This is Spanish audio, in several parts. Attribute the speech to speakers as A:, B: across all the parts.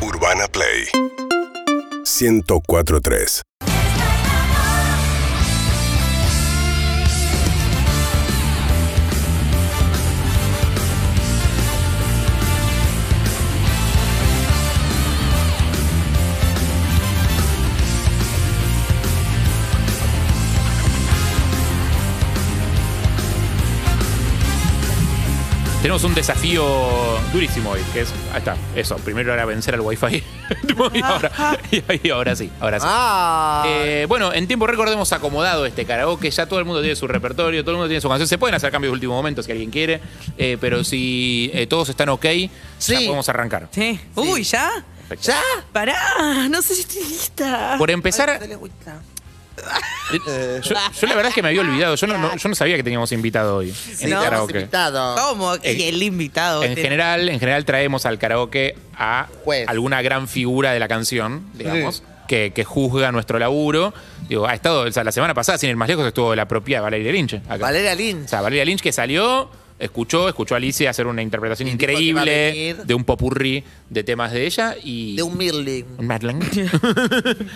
A: Urbana Play 1043.
B: Tenemos un desafío durísimo hoy, que es. Ahí está, eso. Primero era vencer al Wi-Fi. y, ahora, y ahora sí, ahora sí.
C: Ah,
B: Eh, bueno, en tiempo récord hemos acomodado este karaoke. Ya todo el mundo tiene su repertorio, todo el mundo tiene su canción. Se pueden hacer cambios de último momento si alguien quiere, eh, pero si eh, todos están ok, ya
C: Sí.
B: podemos arrancar.
D: Sí. Uy, ¿ya?
B: Perfecto.
C: ¿ya?
D: Pará, no sé si estoy lista.
B: Por empezar,
C: Dale agüita.
B: eh, yo, yo la verdad es que me había olvidado. Yo no, no- yo no sabía que teníamos invitado hoy en
C: no,
B: el
C: hemos
B: karaoke.
C: invitado.
D: ¿Cómo?
B: Eh,
D: y el invitado.
B: En
D: Te-
B: general, en general traemos al karaoke a
C: Juez.
B: alguna gran figura de la canción, digamos,
C: Sí.
B: que, que juzga nuestro laburo. Digo, ha estado, o sea, la semana pasada, sin ir más lejos, estuvo la propia Valeria Lynch. acá.
C: Valeria Lynch.
B: O sea, Valeria Lynch que salió, escuchó, escuchó a Alicia hacer una interpretación
C: Y dijo que va a
B: increíble
C: venir.
B: de un popurrí de temas de ella y.
C: de un Mirling.
B: un Madlang.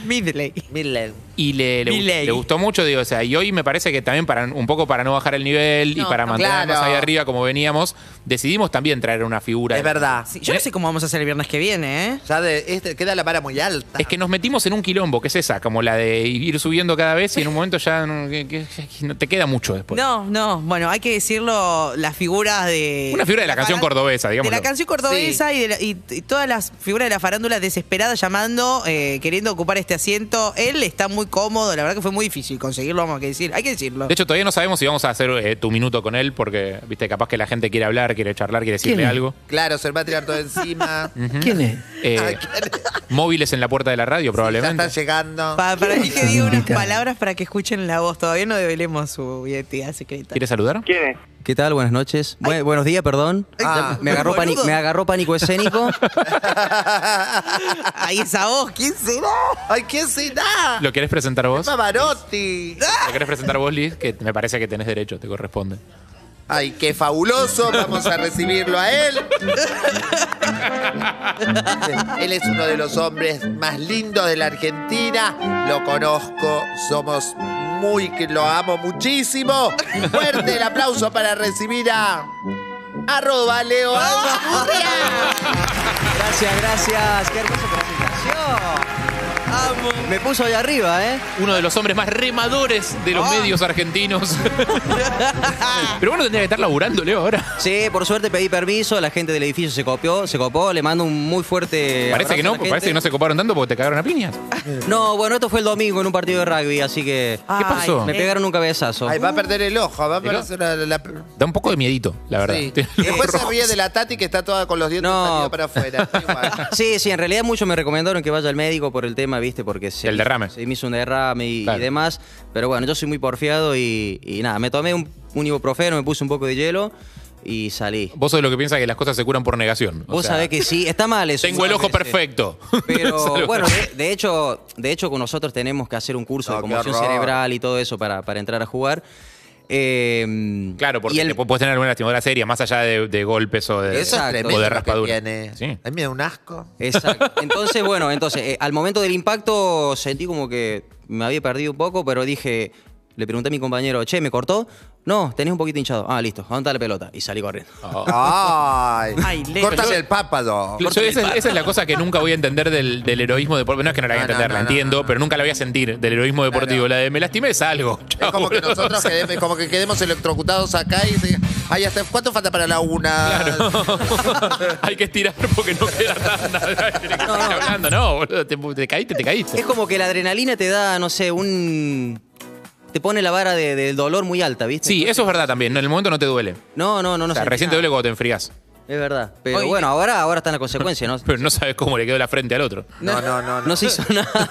D: Midley.
C: Mirlen.
B: Y le, le gu-
D: Milei.
B: le gustó mucho, digo, o sea, y hoy me parece que también para un poco para no bajar el nivel y
D: No,
B: para
D: no,
B: mantenernos
C: claro.
B: ahí arriba como veníamos, decidimos también traer una figura.
C: Es verdad.
D: Sí,
B: ¿Eh?
D: yo no sé cómo vamos a hacer el viernes que viene, ¿eh?
C: Ya de, este, queda la vara muy alta.
B: Es que nos metimos en un quilombo, que es esa, como la de ir subiendo cada vez y en un momento ya no, que- que- que no te queda mucho después.
D: No, no. Bueno, hay que decirlo, las figuras de.
B: Una figura de la canción cordobesa,
D: De
B: digámoslo.
D: la canción cordobesa y, de la- y- y todas las figuras de la farándula desesperadas llamando, eh, queriendo ocupar este asiento. Él está muy cómodo, la verdad que fue muy difícil conseguirlo, vamos a que decir. Hay que decirlo.
B: De hecho, todavía no sabemos si vamos a hacer eh, tu minuto con él, porque, viste, capaz que la gente quiere hablar, quiere charlar, quiere decirle algo.
C: Claro, se le va a tirar todo encima.
E: ¿Quién es?
B: Eh,
C: Ah, claro.
B: móviles en la puerta de la radio,
C: Ya
B: probablemente.
C: está llegando.
D: Pa- para mí que diga unas
E: Invitado.
D: palabras para que escuchen la voz. Todavía no develemos su identidad secreta.
B: ¿Quieres saludar?
E: ¿Qué tal? Buenas noches. Bu- buenos días, perdón.
C: Ah.
E: me, agarró pani-
D: Boludo.
E: me agarró pánico escénico.
D: Ahí esa voz, ¿quién será?
C: Ah. Ay, ¿quién será?
B: ¿Lo querés presentar vos?
C: Pavarotti.
B: ¿Lo querés presentar vos, Liz? Que me parece que tenés derecho, te corresponde.
C: Ay, qué fabuloso. Vamos a recibirlo a él. Él es uno de los hombres más lindos de la Argentina. Lo conozco. Somos muy que lo amo muchísimo. Fuerte el aplauso para recibir a arroba Leo Almagurria.
E: gracias, gracias. Qué hermosa presentación. Me puso ahí arriba, ¿eh?
B: Uno de los hombres más remadores de
C: Ah.
B: los medios argentinos. Pero bueno, tendría que estar laburándole ahora.
E: Sí, por suerte pedí permiso, la gente del edificio se copió, se copó, le mando un muy fuerte.
B: Parece que no, pues parece que no se coparon tanto porque te cagaron a piñas.
E: no No, bueno, esto fue el domingo en un partido de rugby, así que
D: Ah.
B: ¿Qué pasó?
E: me pegaron un cabezazo.
C: Ay, va a perder el ojo. Va a
B: ¿Pero?
C: perder la- la-
B: Da un poco de miedito, la verdad.
C: Sí.
B: Tiene-
C: Después se ríe de la Tati que está toda con los dientes
E: No.
C: salidos para afuera. Igual.
E: Sí, sí, en realidad muchos me recomendaron que vaya al médico por el tema, viste, porque se,
B: El derrame.
E: se me hizo un derrame y, y
B: Claro.
E: demás. Pero bueno, yo soy muy porfiado y, y nada, me tomé un, un ibuprofeno, me puse un poco de hielo y salí.
B: Vos sos de lo que piensa que las cosas se curan por negación. O
E: Vos
B: sea,
E: sabés que sí, está mal eso.
B: Tengo el ojo
E: muchas veces.
B: perfecto.
E: Pero
B: Salud.
E: bueno, de, de hecho, de hecho con nosotros tenemos que hacer un curso
B: Ah,
C: No, qué
E: de conmoción
C: horror.
E: cerebral y todo eso para, para entrar a jugar. Eh,
B: Claro, porque
E: y el-
B: te- puedes tener alguna lastimadura seria, más allá de, de golpes o de,
C: Eso es
E: Exacto.
C: tremendo
B: o de
C: lo que
B: raspadura.
C: tiene.
B: Sí.
C: A mí me da un asco.
E: Exacto. Entonces, bueno, entonces, eh, al momento del impacto sentí como que me había perdido un poco, pero dije, le pregunté a mi compañero, che, ¿me cortó? No, tenés un poquito hinchado. Ah, listo, ¿dónde está la pelota? Y salí corriendo.
B: Oh.
C: Ay,
D: Ay, Leo.
C: córtale el pápado.
B: Yo esa, esa es la cosa que nunca voy a entender del, del heroísmo deportivo. No es que no la voy a
C: No, no,
B: entender,
C: no,
B: la
C: no,
B: entiendo,
C: no, no.
B: pero nunca la voy a sentir del heroísmo deportivo. La de me lastimé es algo.
C: Es como que nosotros quedemos, como que quedemos electrocutados acá y se- ay, hasta cuánto falta para la una.
B: Hay que estirar porque no queda nada. ¿Qué estás hablando? No, boludo, te, te caíste, te caíste.
E: Es como que la adrenalina te da, no sé, un... Te pone la vara de- del dolor muy alta, ¿viste?
B: Sí, eso es verdad también. En el momento no te duele.
E: No, no, no, no.
B: O sea,
E: sentí
B: recién te duele
E: nada.
B: cuando te enfrías.
E: Es verdad. Pero
D: Oye.
E: bueno, ahora, ahora están las consecuencias, ¿no?
B: Pero no sabes cómo le quedó la frente al otro.
C: No, no, no, no.
E: No se hizo nada.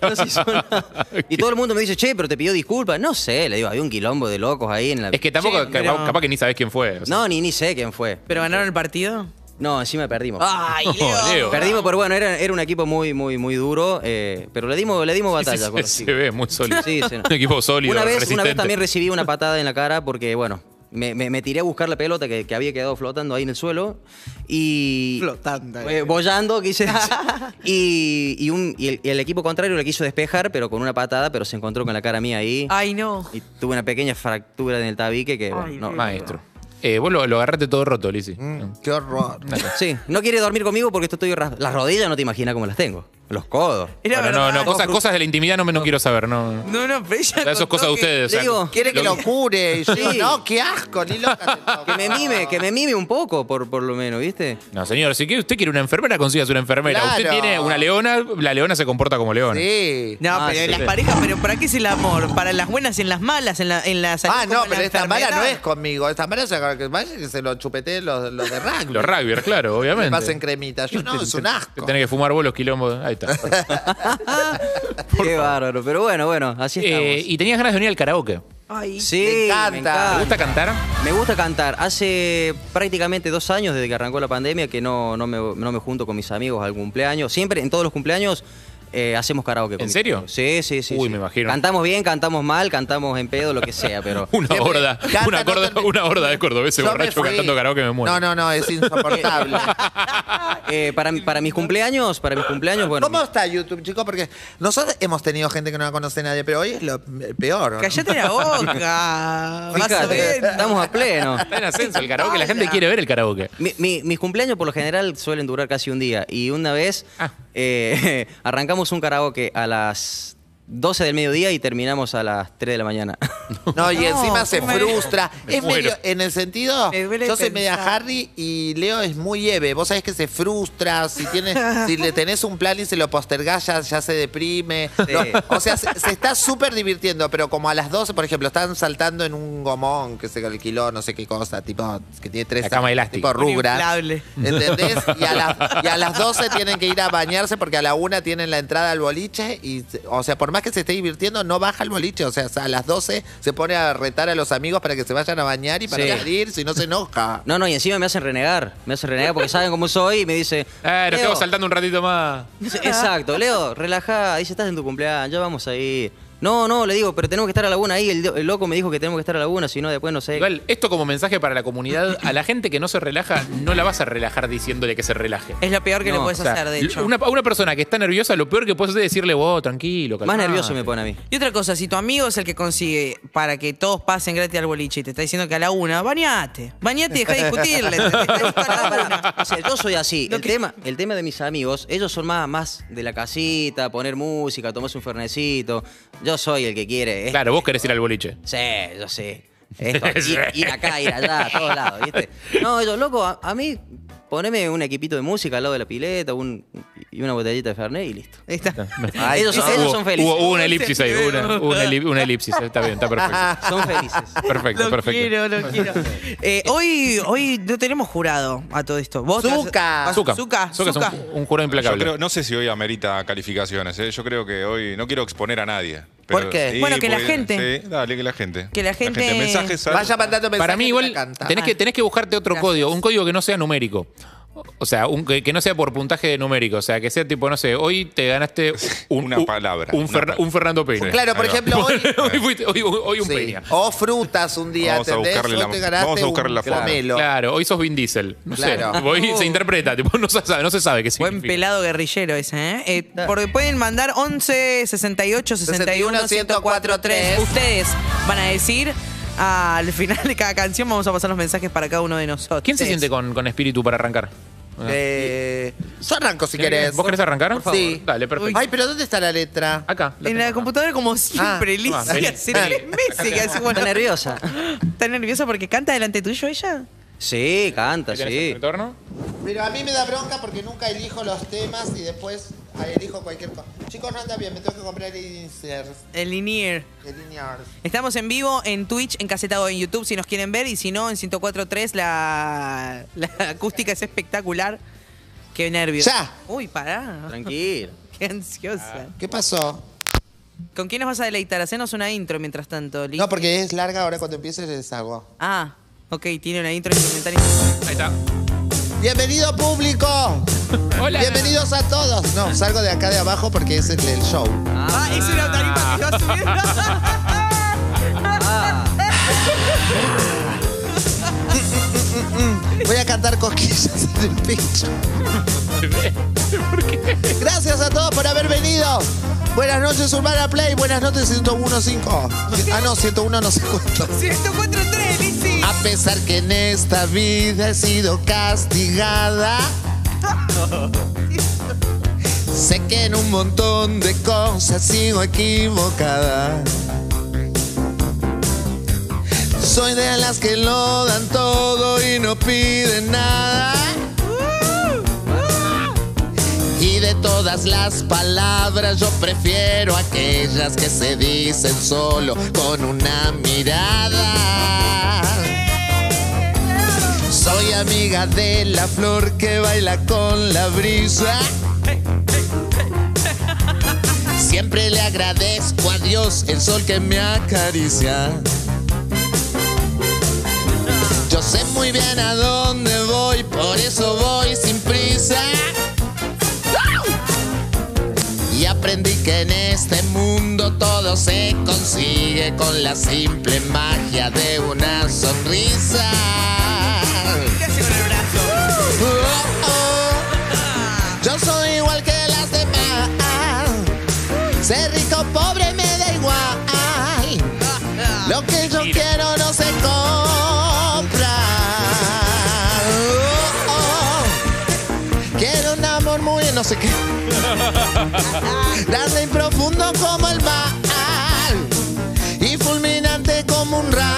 E: No se hizo nada. Y todo el mundo me dice, che, pero te pidió disculpas. No sé, le digo, había un quilombo de locos ahí en la.
B: Es que tampoco,
D: Sí,
B: capaz,
D: pero-
B: capaz que ni sabes quién fue. o sea. Oh,
E: No, ni, ni sé quién fue.
D: ¿Pero ganaron el partido?
E: No, encima perdimos.
B: Ah,
D: Ay, Leo.
B: Leo.
E: Perdimos, pero bueno, era, era un equipo muy, muy, muy duro. eh, pero le dimos, le dimos batalla
B: Sí,
E: con
B: se,
E: los
B: se
E: chicos.
B: ve muy sólido.
E: Sí, se-
B: Un equipo sólido,
E: una vez,
B: resistente.
E: una vez también recibí una patada en la cara porque, bueno, Me, me- me tiré a buscar la pelota que, que había quedado flotando ahí en el suelo y...
D: Flotando.
E: Eh, boyando, quise decir. y, y un- y el, y el equipo contrario le quiso despejar, pero con una patada, pero se encontró con la cara mía ahí.
D: Ay, no.
E: Y tuve una pequeña fractura en el tabique que... bueno,
D: Ay,
E: no-
D: qué
B: Maestro. Eh, vos lo, lo agarraste todo roto, Lizzy.
C: Qué horror.
E: Sí, no quiere dormir conmigo porque estoy ras- Las rodillas no te imaginas cómo las tengo. Los codos.
D: Era
B: Bueno, no, no,
D: verdad.
B: cosas, cosas de la intimidad no me no quiero saber, no.
D: No, no, pero ella
B: Eso es
D: contó
B: cosa de
D: que-
B: ustedes.
E: le
B: o sea,
E: digo,
C: Quiere que lo cure. Y yo,
E: Sí.
C: no, qué asco, ni loca. te toco.
E: Que me mime, que me mime un poco, por, por lo menos, ¿viste?
B: No, señor, si quiere- usted quiere una enfermera, consigas una enfermera.
C: Claro.
B: Usted tiene una leona, la leona se comporta como leona.
C: Sí.
D: No,
E: Ah,
D: pero
E: sí.
D: las parejas, pero ¿para qué es el amor? Para las buenas y en las malas, en la, en la salud
C: Ah,
D: como
C: no,
D: en la
C: pero esta mala no
D: enfermedad.
C: es conmigo. Esta mala se, que vaya que se lo chupete los, los de rugby.
B: Los rugbyers, claro, obviamente.
C: Que pasen cremita. Yo no, es un asco.
B: Tenés que fumar vos los quilombos. Ahí está.
E: Qué bárbaro. Pero bueno, bueno, así estamos.
B: Eh, y tenías ganas de venir al karaoke.
D: Ay.
E: sí,
C: me encanta.
B: ¿Te gusta cantar?
E: Me gusta cantar. Hace prácticamente dos años desde que arrancó la pandemia que no, no, me, no me junto con mis amigos al cumpleaños. Siempre, en todos los cumpleaños, eh, hacemos karaoke. con
B: ¿En
E: mis
B: serio?
E: amigos. Sí, sí, sí.
B: Uy,
E: sí.
B: me imagino.
E: Cantamos bien, cantamos mal, cantamos en pedo, lo que sea, pero...
B: Una
C: Siempre
B: horda,
C: canta,
B: una,
C: no
B: corda-
C: termina.
B: una horda de cordobeses
C: Yo me
B: borracho
C: fui.
B: cantando karaoke me muero.
C: No, no, no, es insoportable.
E: Eh, para, para mis cumpleaños, para mis cumpleaños, bueno...
C: ¿Cómo está YouTube, chicos? Porque nosotros hemos tenido gente que no la conoce nadie, pero hoy es lo peor. ¿o no?
D: Callate la boca. Vas a
E: fíjate,
D: ver.
E: estamos a pleno.
B: Está en ascenso el karaoke, la gente quiere ver el karaoke. Eh,
E: Mi- mi- mis cumpleaños por lo general suelen durar casi un día. Y una vez
B: Ah.
E: eh, arrancamos un karaoke a las 12 del mediodía y terminamos a las 3 de la mañana.
C: No, y
D: No,
C: encima se
D: me-
C: frustra.
B: Me
C: es
B: muero.
C: medio, en el sentido,
D: Me
C: yo
D: duele
C: soy media
D: pensar.
C: Harry y Leo es muy Eve. Vos sabés que se frustra, si tienes, si le tenés un plan y se lo postergás ya, ya se deprime.
E: Sí.
C: No, o sea, se, se está súper divirtiendo, pero como a las 12, por ejemplo, están saltando en un gomón que se alquiló, no sé qué cosa, tipo, que tiene tres
B: La cama
C: años,
B: elástica.
C: tipo rubra.
D: Un inflable.
C: ¿Entendés? Y a, las, y a las 12 tienen que ir a bañarse porque a la una tienen la entrada al boliche. y O sea, por más que se esté divirtiendo, no baja el boliche. O sea, a las 12 se pone a retar a los amigos para que se vayan a bañar y para
E: Sí.
C: salir, si no se enoja.
E: No, no, y encima me hacen renegar. Me hacen renegar porque saben cómo soy y me dice.
B: Eh, nos
E: "Leo".
B: quedamos saltando un ratito más.
E: Sí, Exacto, Leo, relajá. Dice, estás en tu cumpleaños, ya vamos ahí. No, no, le digo, pero tenemos que estar a la una ahí. El, el loco me dijo que tenemos que estar a la una, si no, después no sé.
B: Igual, esto como mensaje para la comunidad, a la gente que no se relaja, no la vas a relajar diciéndole que se relaje.
D: Es lo peor que le
E: No,
D: puedes
B: O sea,
D: hacer, de
B: l-
D: hecho.
B: Una, a una persona que está nerviosa, lo peor que puedes hacer es decirle, vos, tranquilo,
E: Más
B: calmate".
E: nervioso me pone a mí.
D: Y otra cosa, si tu amigo es el que consigue para que todos pasen gratis al boliche y te está diciendo que a la una, bañate. Bañate y deja de discutirle. te- te- te- te-
E: Pará,
D: a la
E: pará.
D: una.
E: O sea, yo soy así.
D: Lo
E: el,
D: que-
E: tema, el tema de mis amigos, ellos son más, más de la casita, poner música, tomarse un fernecito. Yo soy el que quiere. eh.
B: Claro, vos querés ir al boliche.
E: Sí, yo sé. Esto, ir, ir acá, ir allá, a todos lados, ¿viste? No, yo, loco, a, a mí poneme un equipito de música al lado de la pileta un- y una botellita de Fernet y listo.
D: Ahí está.
E: Ay, ellos, son-
B: Ah,
E: ellos
B: hubo,
E: son felices.
B: Hubo, hubo una elipsis ahí, hubo una, hubo una eli- una elipsis, está bien, está perfecto.
E: Son felices.
B: Perfecto,
D: Lo
B: perfecto.
D: quiero, lo quiero. Eh, hoy, hoy no tenemos jurado a todo esto. ¿Vos
C: Zucca.
B: Zucca.
D: Zuka. Zucca.
B: Zucca es
D: Zucca.
B: un, un jurado
A: Yo
B: implacable.
A: creo- no sé si hoy amerita calificaciones. ¿eh? Yo creo que hoy no quiero exponer a nadie.
C: ¿Por qué?
D: Bueno, que la
A: porque-
D: gente.
A: Sí, dale, que la gente.
D: Que la gente-
A: mensajes sal-
C: Vaya mandando mensajes.
B: Para mí,
C: que
B: igual,
C: la canta.
B: tenés que, tenés que buscarte otro
D: Gracias.
B: código, un código que no sea numérico. O sea, un- que, que no sea por puntaje numérico. O sea, que sea tipo, no sé, hoy te ganaste un,
A: Una
B: un-
A: palabra,
B: Un,
A: una
B: Fer-
A: palabra.
B: un Fernando Peña.
C: Claro, por
A: Ahí va.
C: ejemplo, hoy.
B: hoy, fuiste- hoy- hoy un
C: sí.
B: Peña.
C: O frutas un día,
A: Vamos a
C: ¿entendés?
A: buscarle
C: Hoy
A: la-
C: te ganaste
A: vamos a buscarle la
C: un
A: forma.
C: pomelo.
B: Claro, hoy sos Vin Diesel. No sé.
C: Claro.
B: Hoy se interpreta, tipo, no se sabe, no se sabe qué
D: Buen
B: significa.
D: pelado guerrillero ese, ¿eh? Eh, Porque pueden mandar 11 68 61 104 3. Ustedes van a decir al final de cada canción, vamos a pasar los mensajes para cada uno de nosotros.
B: ¿Quién se siente con, con espíritu para arrancar?
C: Eh, yo arranco si querés.
B: ¿Vos querés arrancar?
C: Por favor.
B: Sí. Dale, perfecto.
C: Ay, pero ¿dónde está la letra?
B: Acá.
D: En la
B: tengo.
D: computadora, como siempre, Liz.
B: Ah, vení,
D: hace
B: vení.
D: tres meses que hace bueno.
E: Está nerviosa.
D: ¿Está nerviosa porque canta delante tuyo ella?
E: Sí, canta,
B: ¿Tenés el
E: sí.
B: retorno?
C: Pero a mí me da bronca porque nunca elijo los temas y después ah, elijo cualquier cosa. Chicos, no anda bien, me tengo que comprar insers,
D: El Inier.
C: linears.
D: Estamos en vivo en Twitch, en Caseta o en YouTube si nos quieren ver. Y si no, en 104.3 la, la acústica es espectacular. Qué nervios.
C: Ya.
D: Uy, pará.
E: Tranquilo.
D: Qué ansiosa.
C: ¿Qué pasó?
D: ¿Con quién nos vas a deleitar? Hacenos una intro mientras tanto, Liz.
C: No, porque es larga, ahora cuando empieces les hago.
D: Ah, ok, tiene una intro instrumental.
B: Ahí está.
C: ¡Bienvenido, público!
B: Hola.
C: ¡Bienvenidos a todos! No, salgo de acá de abajo porque es el del show.
D: Ah, es una tarifa que va subiendo.
C: Voy a cantar cosquillas en el pecho. Gracias a todos por haber venido. Buenas noches, Urbana Play. Buenas noches, 101.5. Ah, no, 101 no sé cuánto.
D: 104.3, Lizzy.
C: A pesar que en esta vida he sido castigada, sé que en un montón de cosas sigo equivocada. Soy de las que lo dan todo y no piden nada. Y de todas las palabras yo prefiero aquellas que se dicen solo con una mirada. Soy amiga de la flor que baila con la brisa. Siempre le agradezco a Dios el sol que me acaricia. Yo sé muy bien a dónde voy, por eso voy sin prisa. Y aprendí que en este mundo todo se consigue con la simple magia de una sonrisa.
D: ¿Qué hace con el brazo?
C: Oh, oh. Yo soy igual que las demás. Ser rico, pobre, me da igual. Lo que yo quiero no se compra. Oh, oh. Quiero un amor muy no sé qué. Grande y profundo como el mar. Y fulminante como un rayo.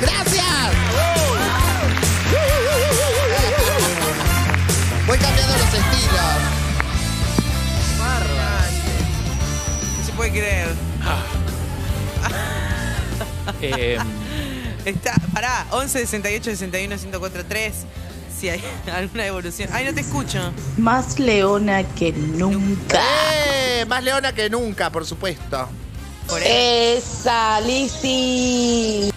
C: Gracias. Voy cambiando los estilos.
D: No se puede creer.
B: Eh,
D: Está, pará, 11 68 61 104 3. Si hay alguna evolución. Ay, no te escucho.
F: Más leona que nunca.
C: ¡Eh! Más leona que nunca, por supuesto.
D: Por ahí.
F: Esa, Lizzy.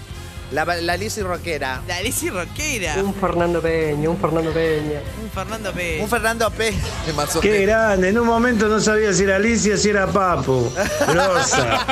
C: La, la Lizzy Roquera.
D: La Lizzy Roquera.
G: Un Fernando Peña, un Fernando Peña.
D: Un Fernando P.
C: Un Fernando P. de Mazo-
G: Qué grande, en un momento no sabía si era Alicia, si era Papo. Grosa.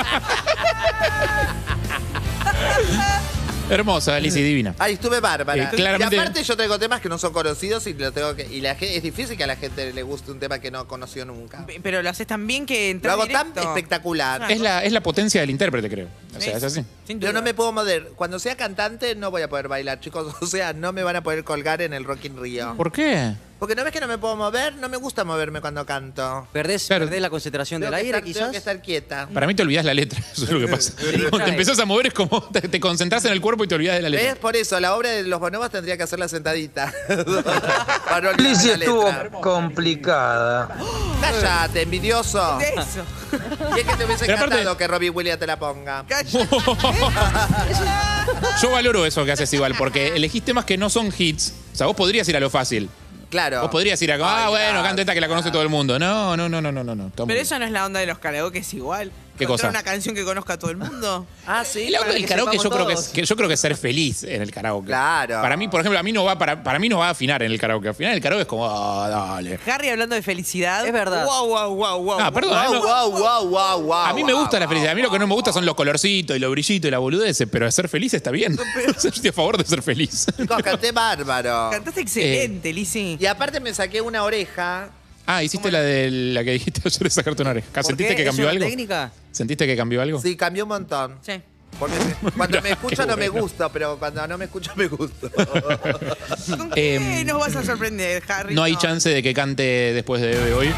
B: hermosa, Alicia divina.
C: Ay, estuve bárbara.
B: Eh, claramente-
C: Y aparte yo traigo temas que no son conocidos y lo tengo que. Y la gente, es difícil que a la gente le guste un tema que no conoció nunca.
D: P- Pero lo haces tan bien que
C: Lo
D: entras
C: hago
D: directo.
C: tan espectacular.
B: Es la, es la potencia del intérprete, creo. O sea,
D: Sí.
B: es así.
D: Sin duda.
C: Yo no me puedo mover. Cuando sea cantante no voy a poder bailar, chicos. O sea, no me van a poder colgar en el Rock in Rio.
B: ¿Por qué?
C: Porque no ves que no me puedo mover, no me gusta moverme cuando canto.
E: Perdés,
B: Claro.
E: perdés la concentración
C: Tengo
E: del
C: que
E: aire,
C: estar- tengo que
E: quizás.
C: estar quieta.
B: Para mí te olvidas la letra, eso es lo que pasa. Cuando te empezás a mover es como te, te concentras en el cuerpo y te olvidas de la
C: ¿Ves?
B: letra.
C: Por eso, la obra de los bonobos tendría que hacerla sentadita. Para no olvidar
H: Lizzy
C: la letra.
H: estuvo complicada.
C: Cállate, envidioso.
D: De eso.
C: Y es que te hubiese
B: Pero aparte-
C: encantado que Robbie Williams te la ponga.
B: Yo valoro eso que haces igual, porque elegís temas que no son hits. O sea, vos podrías ir a lo fácil.
C: Claro.
B: Vos podrías ir a como, ah,
C: Ay,
B: bueno,
C: claro.
B: canto esta que la conoce todo el mundo. No, no, no, no, no, no. no. Toma.
D: Pero eso no es la onda de los karaoke, es igual.
B: ¿Qué
D: Encontrar
B: cosa?
D: una canción que conozca a todo el mundo.
C: Ah, sí.
B: Y la onda
C: para
B: del
C: que
B: karaoke
C: sepamos
B: yo creo que, es,
C: todos.
B: que yo creo que es ser feliz en el karaoke.
C: Claro.
B: Para mí, por ejemplo, a mí no va para, para mí no va a afinar en el karaoke. Al final el karaoke es como, ah, dale.
D: Harry hablando de felicidad.
E: Es verdad.
D: Wow, wow, wow, wow.
B: Ah, perdón. a mí no-
C: Wow, wow, wow, wow, wow.
B: a mí me
C: wow,
B: gusta la felicidad. A mí lo que no me gusta son los colorcitos y los brillitos y la boludez, pero ser feliz está bien. Yo estoy a favor de ser feliz.
C: Chicos, canté bárbaro.
D: Cantaste
B: Eh.
D: excelente, Lizzy.
C: Y aparte me saqué una oreja.
B: Ah, hiciste la de la que dijiste ayer de sacarte una oreja.
E: ¿Por
B: ¿Sentiste
E: qué?
B: que
E: ¿Es
B: cambió
E: una
B: algo?
E: técnica?
B: ¿Sentiste que cambió algo?
C: Sí, cambió un montón.
D: Sí.
C: Porque me- cuando me
B: Qué
C: escucho no me
B: bueno.
C: gusto, pero cuando no me escucho me gusto.
D: ¿Con qué
B: Em,
D: nos vas a sorprender, Harry?
B: No hay chance de que cante después de Bebe hoy.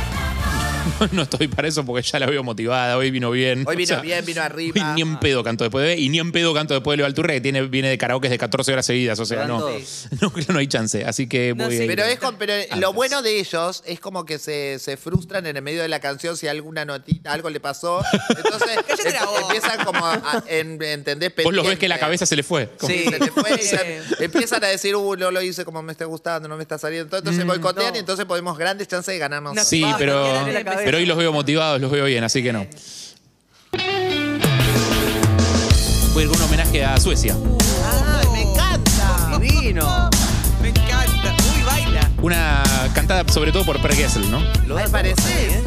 B: No, no estoy para eso porque ya la veo motivada. Hoy vino bien.
C: Hoy
B: O
C: vino
B: sea,
C: bien, vino
B: Hoy
C: arriba.
B: ni en pedo canto después de Bebe y ni en pedo canto después de Leo Alturre, que tiene, viene de karaoke de 14 horas seguidas. O sea, no, no, no hay chance. Así que
D: No,
B: voy
D: sí,
B: a ir.
C: Pero, es con- pero
B: Ah,
C: lo
B: pues.
C: bueno de ellos es como que se, se frustran en el medio de la canción si alguna notita, algo le pasó. Entonces
D: Cállate la
C: em-
D: boca.
C: empiezan como a en- entender
B: Vos los ves que la
C: pendiente.
B: cabeza se le fue. Como-
C: Sí, se te fue y se-
D: Sí.
C: empiezan a decir, uh, no lo hice como me está gustando, no me está saliendo. Entonces se boicotean y entonces podemos grandes chances de ganarnos.
D: Mm, No.
B: Sí,
D: Basta,
B: pero,
D: quédate en la cabeza.
B: pero hoy los veo motivados, los veo bien, así que no. Voy a ir con un homenaje a Suecia.
D: Ay, me encanta.
E: Divino.
D: Me encanta. Uy, baila.
B: Una cantada sobre todo por Per Gessel, ¿no?
E: Lo
C: Me
D: ¿eh?
E: da todo,
C: parece.
E: ¿eh?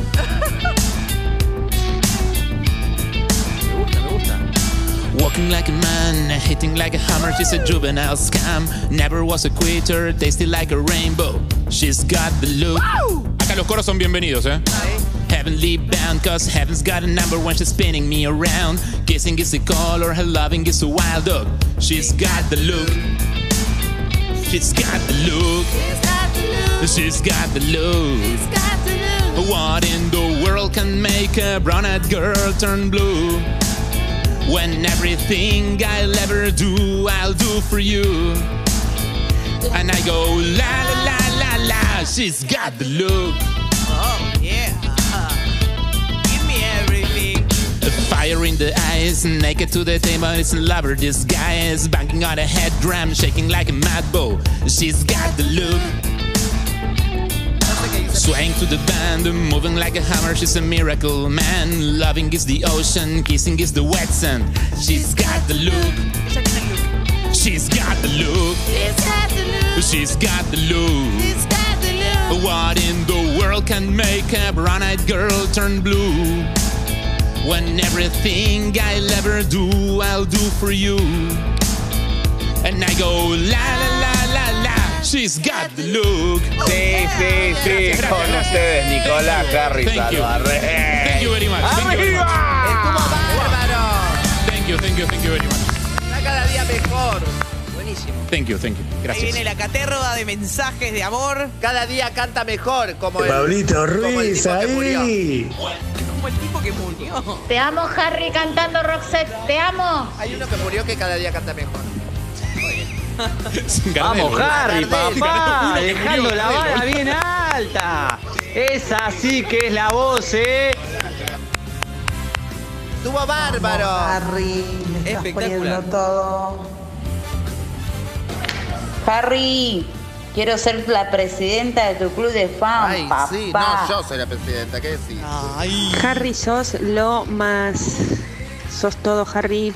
E: Me gusta, me gusta.
B: Walking like a man, hitting like a hammer, she's a juvenile scam. Never was a quitter, tasty like a rainbow. She's got the look.
I: Acá los coros son bienvenidos, ¿eh?
B: Heavenly bound, cause heaven's got a number when she's spinning me around. Kissing is a color, her loving is a wild dog. She's got the look. She's got the look. She's got the look. What in the world can make a brown eyed girl turn blue? When everything I'll ever do, I'll do for you. And I go la la la la la, she's got the look.
D: Oh, yeah. Give me everything.
B: A fire in the eyes, naked to the table, it's a lover disguise. Banging on a head drum, shaking like a mad bull. She's got the look. Swaying to the band, moving like a hammer, she's a miracle man. Loving is the ocean, kissing is the wet sand. She's got the look.
D: Ella tiene el look.
B: She's got the look. She's got the look. What in the world can make a brown eyed girl turn blue? When everything I'll ever do, I'll do for you. And I go la la la la la. She's got the look.
A: Sí, sí, sí, con ustedes, Nicolás Harris
B: Thank you.
A: Alvarez.
B: Thank you very much. Thank you very much.
A: ¡Arriba!
C: ¡Estuvo
D: Ah.
C: bárbaro!
B: Thank you, thank you, thank you very much.
D: Está cada día mejor. Buenísimo.
B: Thank you, thank you.
D: Ahí
B: Gracias.
D: viene la caterva de mensajes de amor.
C: Cada día canta mejor, como el,
G: Pablito
C: como el
G: Ruiz,
C: tipo que murió.
G: ahí.
D: Como el tipo que murió.
J: Te amo, Harry, cantando Roxette. Te amo.
C: Hay uno que murió que cada día canta mejor.
B: Sin carnet,
A: Vamos,
B: boludo.
A: Harry,
B: Sin carnet,
A: papá,
B: uno que
A: dejando
B: murió,
A: la
B: carnet,
A: vara
B: boludo.
A: bien alta.
E: Eh,
A: Esa sí que es la voz, ¿eh?
C: ¡Estuvo bárbaro!
K: Harry, me estás
D: Espectacular.
K: poniendo todo.
J: Harry, quiero ser la presidenta de tu club de fans,
C: Ay,
J: papá.
C: sí, no, yo soy la presidenta, ¿qué decís?
K: Harry, sos lo más. Sos todo, Harry.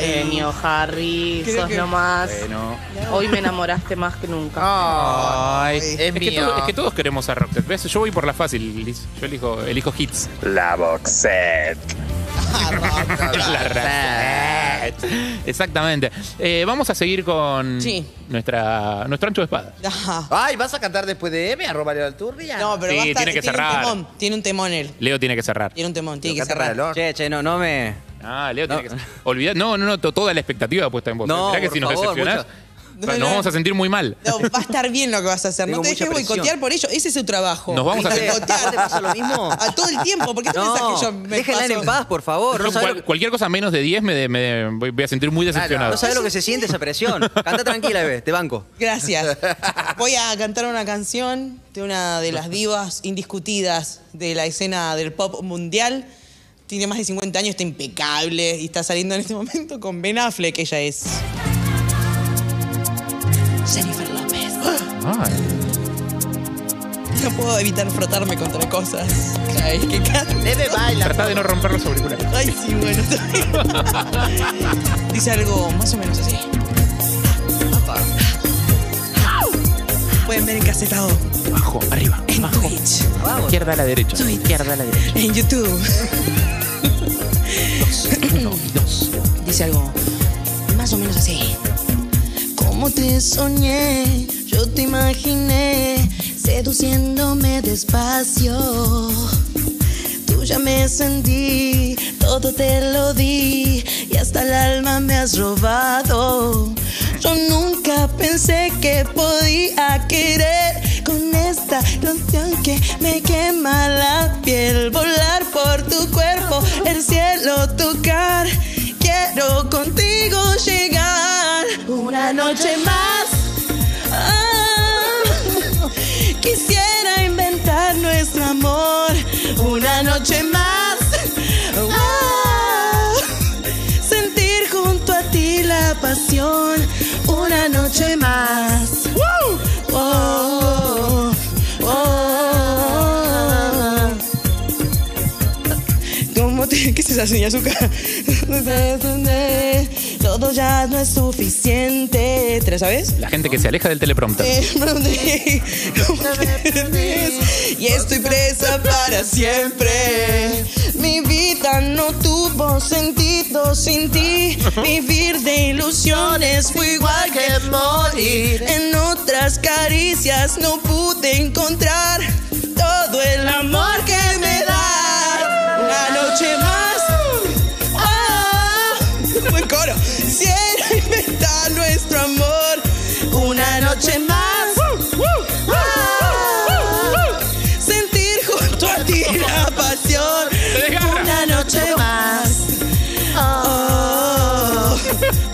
D: Genio,
K: Harry,
D: Creo sos que- lo
K: más.
I: Bueno.
K: Hoy me enamoraste más que nunca.
C: Oh,
I: Ay,
C: es
I: que
C: mío.
I: todo- es que todos queremos a Roxette. ¿Ves? Yo voy por la fácil, Liz. Yo elijo, elijo hits.
A: La boxet.
I: La Roxette. Exactamente. Eh, vamos a seguir con
D: Sí.
I: nuestra, nuestro ancho de espada.
D: Ajá.
C: Ay, ¿vas a cantar después de M a Romario Alturria?
D: No, pero
I: Sí,
D: va a estar-
I: tiene que
D: Un
I: cerrar.
D: temón, tiene un temón él.
I: Leo tiene que cerrar.
D: Tiene un temón, tiene
C: Pero
D: que
C: canta
D: cerrar.
C: para el orto.
E: Che, che, no, no me.
I: Ah, Leo tiene
E: No.
I: que cerrar. Olvidá- no, no, no, to- toda la expectativa puesta en vos.
E: No,
I: Mirá que
E: por
I: si nos
E: favor,
I: decepcionás,
D: mucho.
I: nos
D: No, no.
I: vamos a sentir muy mal.
D: No, va a estar bien lo que vas a hacer. No
E: Tengo
D: te
E: mucha
D: dejes
E: presión.
D: boicotear por ello. Ese es su trabajo.
I: Nos vamos a hacer-
D: Boicotear.
E: ¿A vos te pasa lo mismo?
D: A todo el tiempo. ¿Por qué te pensás
E: No,
D: que yo me
E: déjenla
D: paso?
E: en paz, por favor. No
I: Yo
E: sabés
I: cual-
E: lo-
I: cualquier cosa menos de 10 me, de- me- voy- voy a sentir muy decepcionado.
E: no sabés lo que se siente esa presión. Canta tranquila, bebé, te banco.
D: Gracias. Voy a cantar una canción de una de las divas indiscutidas de la escena del pop mundial. Tiene más de 50 años, está impecable y está saliendo en este momento con Ben Affleck, ella es. Jennifer López.
I: Ay,
D: No puedo evitar frotarme contra cosas. Cada vez que canto.
C: Leve baila.
I: tratá de no romper los auriculares.
D: Ay, sí, bueno. está bien. Dice algo más o menos así. Pueden ver encastetado
I: Bajo, arriba,
D: en
I: bajo.
D: Twitch.
I: Izquierda a la derecha. Izquierda a la derecha.
D: en YouTube. Dice algo más o menos así. Como te soñé, yo te imaginé seduciéndome despacio. Tú ya me sentí, todo te lo di y hasta el alma me has robado. Yo nunca pensé que podía querer con esta canción que me quema la piel, volar por tu cuerpo, el cielo tocar. Quiero contigo llegar una noche más. Ah, quisiera inventar nuestro amor una noche más. Ah, sentir junto a ti la pasión una noche más. Oh, oh, oh. ¿Cómo te.? ¿Qué es esa señal azúcar? Todo ya no es suficiente. ¿Te la sabes?
B: La gente que se aleja del teleprompter.
D: Eh, y estoy presa para siempre. Mi vida no tuvo sentido sin ti. Vivir de ilusiones fue igual que morir. En otras caricias no pude encontrar todo el amor que me das. Una noche más. Ah, buen coro. Cierra y ventana nuestro amor. Una noche más. Ah, sentir junto a ti la pasión. Una noche más. Oh,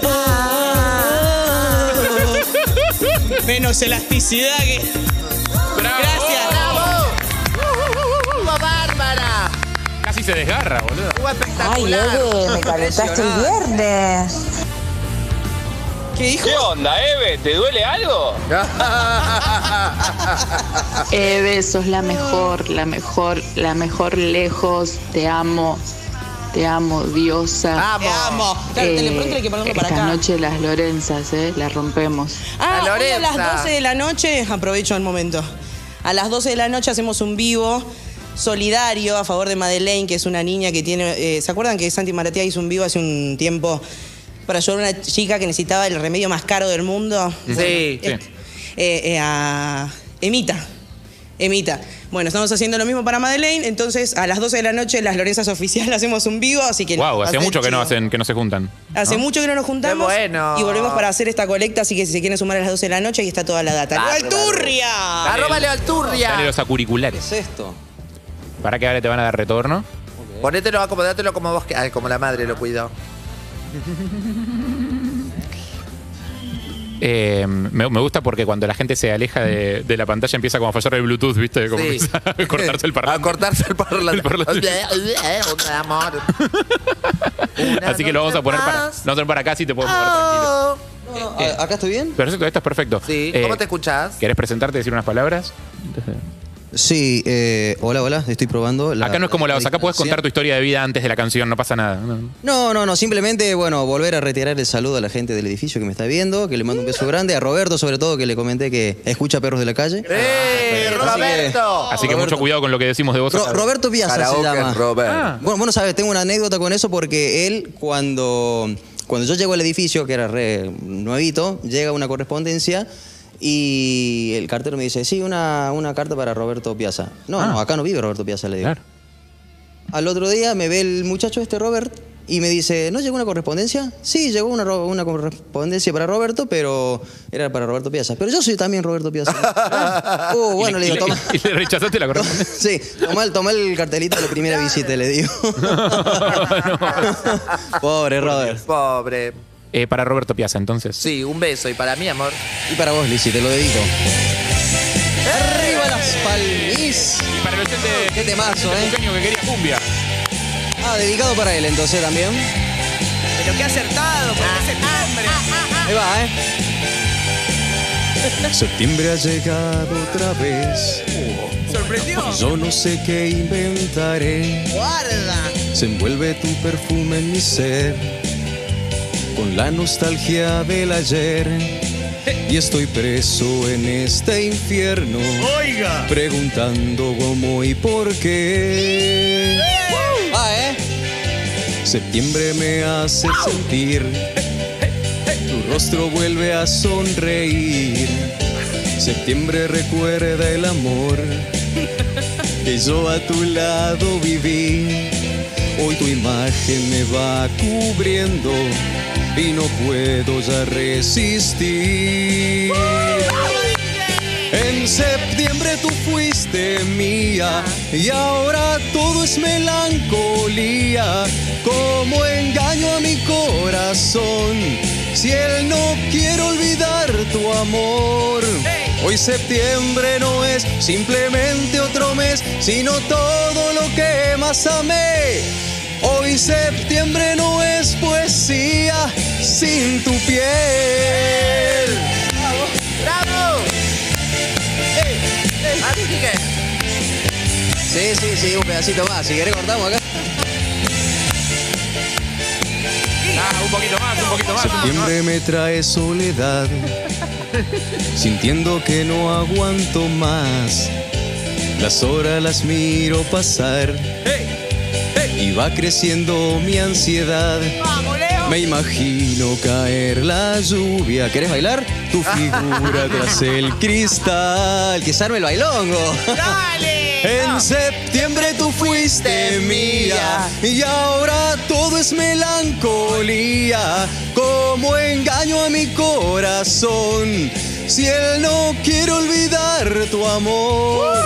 D: oh, ah. oh.
L: Menos elasticidad que.
D: Gracias.
C: ¡Bravo! ¡Jugó Bárbara!
B: Casi se desgarra, boludo.
C: ¡Jugó
M: Ay,
C: Ah, espectacular!
M: Eve, me calentaste el viernes.
D: ¿Qué dijo?
L: onda, Eve? ¿Te duele algo?
J: Eve, sos la mejor, la mejor, la mejor lejos. Te amo. Te amo, diosa.
C: Ah,
N: Te amo. Claro,
J: Eh,
N: teleprompter hay que ponerlo para
J: esta
N: acá.
J: noche las Lorenzas, ¿eh? La rompemos.
D: Ah,
C: La
D: hoy a
C: Lorenza.
D: las 12 de la noche, aprovecho el momento. A las 12 de la noche hacemos un vivo solidario a favor de Madeleine, que es una niña que tiene. eh, ¿Se acuerdan que Santi Maratea hizo un vivo hace un tiempo para ayudar a una chica que necesitaba el remedio más caro del mundo?
B: Sí,
D: eh, eh, eh, a Emita. Emita. Bueno, estamos haciendo lo mismo para Madeleine, entonces a las 12 de la noche las Lorenzas Oficial hacemos un vivo, así que...
B: Wow,
D: va a
B: hace
D: ser
B: mucho que no
D: chido.
B: hacen, que no se juntan.
D: Hace
B: ¿no?
D: mucho que no nos juntamos.
C: Qué bueno.
D: Y volvemos para hacer esta colecta, así que si se quieren sumar a las 12 de la noche, ahí está toda la data. ¡Leo
C: Bárbaro.
D: Alturria!
C: ¡Arroba Leo
B: Dale
C: Alturria!
B: los auriculares.
E: es esto?
B: ¿Para qué ahora te van a dar retorno?
C: Ponételo, acomodátelo como vos que- Ay, como la madre lo cuidó.
B: Eh, me, me gusta porque cuando la gente se aleja de, de la pantalla empieza como a fallar el Bluetooth, ¿viste? Como
C: Sí.
B: empieza a cortarse el
C: A
B: parlante.
C: cortarse el
B: El parlante.
C: parlante. Eh, Un amor. Una
B: Así que lo vamos a
C: noche
B: poner para, lo
C: más. Oh.
B: vamos a poner para acá si te puedo mover tranquilo.
E: ¿A- ¿Acá estoy bien?
B: Perfecto, esto es perfecto.
C: Sí.
B: Eh,
C: ¿Cómo te escuchás?
B: ¿Querés presentarte, decir unas palabras?
E: Sí, eh, hola, hola, estoy probando. la-
B: acá no es como la Acá puedes
E: distancia.
B: contar tu historia de vida antes de la canción, no pasa nada. No.
E: No, no, no, simplemente, bueno, volver a retirar el saludo a la gente del edificio que me está viendo, que le mando un beso grande, a Roberto sobre todo, que le comenté que escucha Perros de la Calle.
C: ¡Eh,
E: Así que-
C: Roberto!
B: Así Ah, que mucho cuidado con lo que decimos de vos.
E: Ro- Roberto Piazza se
C: Karaoke,
E: llama.
C: Roberto.
B: Ah.
E: Bueno, bueno, sabes, tengo una anécdota con eso porque él cuando, cuando yo llego al edificio, que era re nuevito, llega una correspondencia y el cartero me dice, sí, una, una carta para Roberto Piazza. No,
B: Ah.
E: no, acá no vive Roberto Piazza, le digo.
B: Claro.
E: Al otro día me ve el muchacho este Robert y me dice, ¿no llegó una correspondencia? Sí, llegó una, ro- una correspondencia para Roberto, pero era para Roberto Piazza. Pero yo soy también Roberto Piazza. Ah, uh, bueno,
B: y,
E: le
B: y
E: digo, toma.
B: y le rechazaste la correspondencia.
E: Sí, tomá el, tomá el cartelito de la primera visita, le digo. Pobre
B: Ah.
E: Robert.
C: Pobre.
B: Eh, para Roberto Piazza, entonces.
C: Sí, un beso. Y para mí, amor.
E: Y para vos, Lizzy, te lo dedico. ¡Arriba las palmis!
B: Y para el oyente
E: Qué temazo, eh.
B: pequeño que quería cumbia.
E: Ah, dedicado para él entonces también.
N: Pero qué acertado, porque es el hombre.
E: Ahí va, ¿eh?
A: Septiembre ha llegado otra vez.
N: Sorprendió.
A: Yo no sé qué inventaré.
N: Guarda.
A: Se envuelve tu perfume en mi ser. Con la nostalgia del ayer. Y estoy preso en este infierno.
N: Oh.
A: Oiga. Preguntando cómo y por qué.
E: Va, ¿eh?
A: Septiembre me hace sentir. Tu rostro vuelve a sonreír. Septiembre recuerda el amor que yo a tu lado viví. Hoy tu imagen me va cubriendo y no puedo ya resistir. En septiembre tú fuiste mía y ahora todo es melancolía. Como engaño a mi corazón si él no quiere olvidar tu amor. Hoy septiembre no es simplemente otro mes, sino todo lo que más amé. Hoy septiembre no es poesía sin tu piel.
C: ¡Bravo! Así que,
E: Sí, sí, sí, un pedacito más. Si querés cortamos acá.
B: Ah, un poquito más, un poquito más.
E: Septiembre me trae soledad, sintiendo que no aguanto más. Las horas las miro pasar y va creciendo mi ansiedad. Me imagino caer la lluvia. ¿Querés bailar? Tu figura tras el cristal. Que se arme el bailongo. En septiembre tú fuiste mía y ahora todo es melancolía. Como engaño a mi corazón. Si él no quiere olvidar tu amor.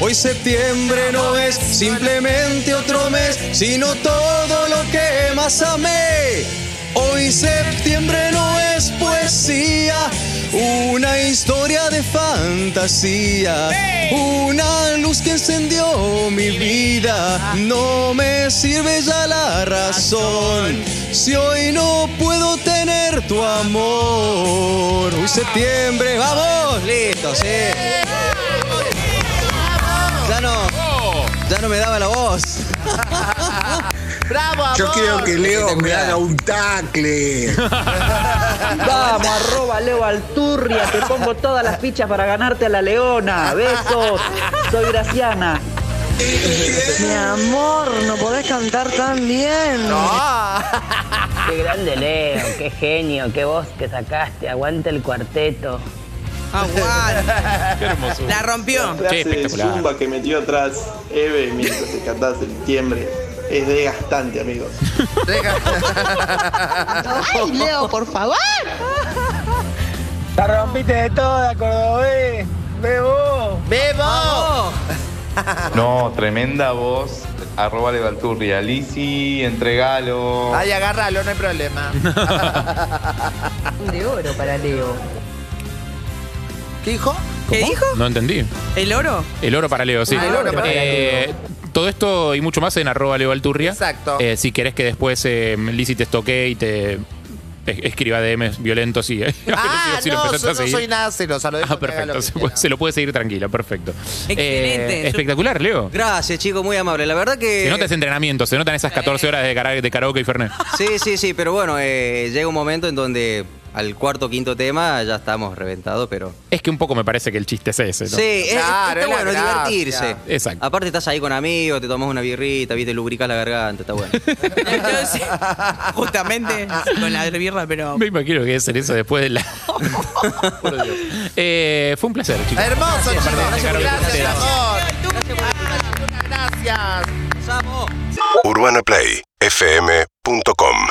E: Hoy septiembre no es simplemente otro mes, sino todo lo que más amé. Hoy septiembre no es poesía, una historia de fantasía, una luz que encendió mi vida. No me sirve ya la razón si hoy no puedo tener tu amor. Hoy septiembre, vamos, listo, sí. Ya no, ya no me daba la voz.
C: ¡Bravo, amor!
O: Yo quiero que Leo me haga un tacle.
P: Vamos, arroba Leo Alturria, te pongo todas las fichas para ganarte a la leona. Besos, soy Graciana. Mi amor, no podés cantar tan bien.
Q: Qué grande Leo, qué genio, qué voz que sacaste. Aguanta el cuarteto.
D: Aguante.
B: Qué hermosura.
D: Ah, La rompió.
B: Qué espectacular.
G: zumba que metió atrás Eve mientras se cantaba septiembre es desgastante, amigos.
J: Ay, Leo, por favor.
P: La rompiste de toda, cordobés. Bebo.
C: ¡Bebo!
A: No, tremenda voz. Arroba Levalturria. Lisi, entregalo.
C: Ay, agárralo, no hay problema.
Q: De oro para Leo.
C: ¿Qué dijo?
D: ¿Qué dijo?
B: No entendí.
D: ¿El oro?
B: El oro para Leo, sí.
C: Ah, el oro para
B: Eh, Todo esto y mucho más en arroba Leo Alturria.
C: Exacto.
B: Eh, si querés que después eh, Lizzy te estoque y te es- escriba DMs violentos, sí. eh.
C: Ah,
B: Si lo
C: no,
B: empezás
C: yo
B: a
C: no
B: seguir.
C: soy nada celosa, lo dejo
B: Ah,
C: que haga lo
B: perfecto. Se
C: que
B: puede, se lo puede seguir tranquilo, perfecto.
D: Excelente.
B: Eh, espectacular, Leo.
R: Gracias, chicos, muy amable. La verdad que.
B: Se nota ese entrenamiento, se notan esas
C: Eh.
B: 14 horas de, cara- de karaoke y Fernet.
R: Sí, sí, sí, pero bueno, eh, llega un momento en donde al cuarto quinto tema ya estamos reventados, pero.
B: Es que un poco me parece que el chiste es ese, ¿no?
R: Sí, es-
C: Claro,
R: está
C: es la
R: bueno, es
C: gracia.
R: divertirse.
B: Exacto.
R: Aparte estás ahí con amigos, te tomas una birrita, viste, lubricas la garganta, está bueno.
D: Entonces, justamente con la birra, pero.
B: Me imagino que es eso después de la. Por Dios. Eh, fue un placer, chicos.
C: Hermoso, chicos.
B: Gracias,
C: Gracias,
B: Carol,
C: gracias,
B: por
C: amor. Gracias.
D: ¡Vamos!
S: UrbanaPlayFM.com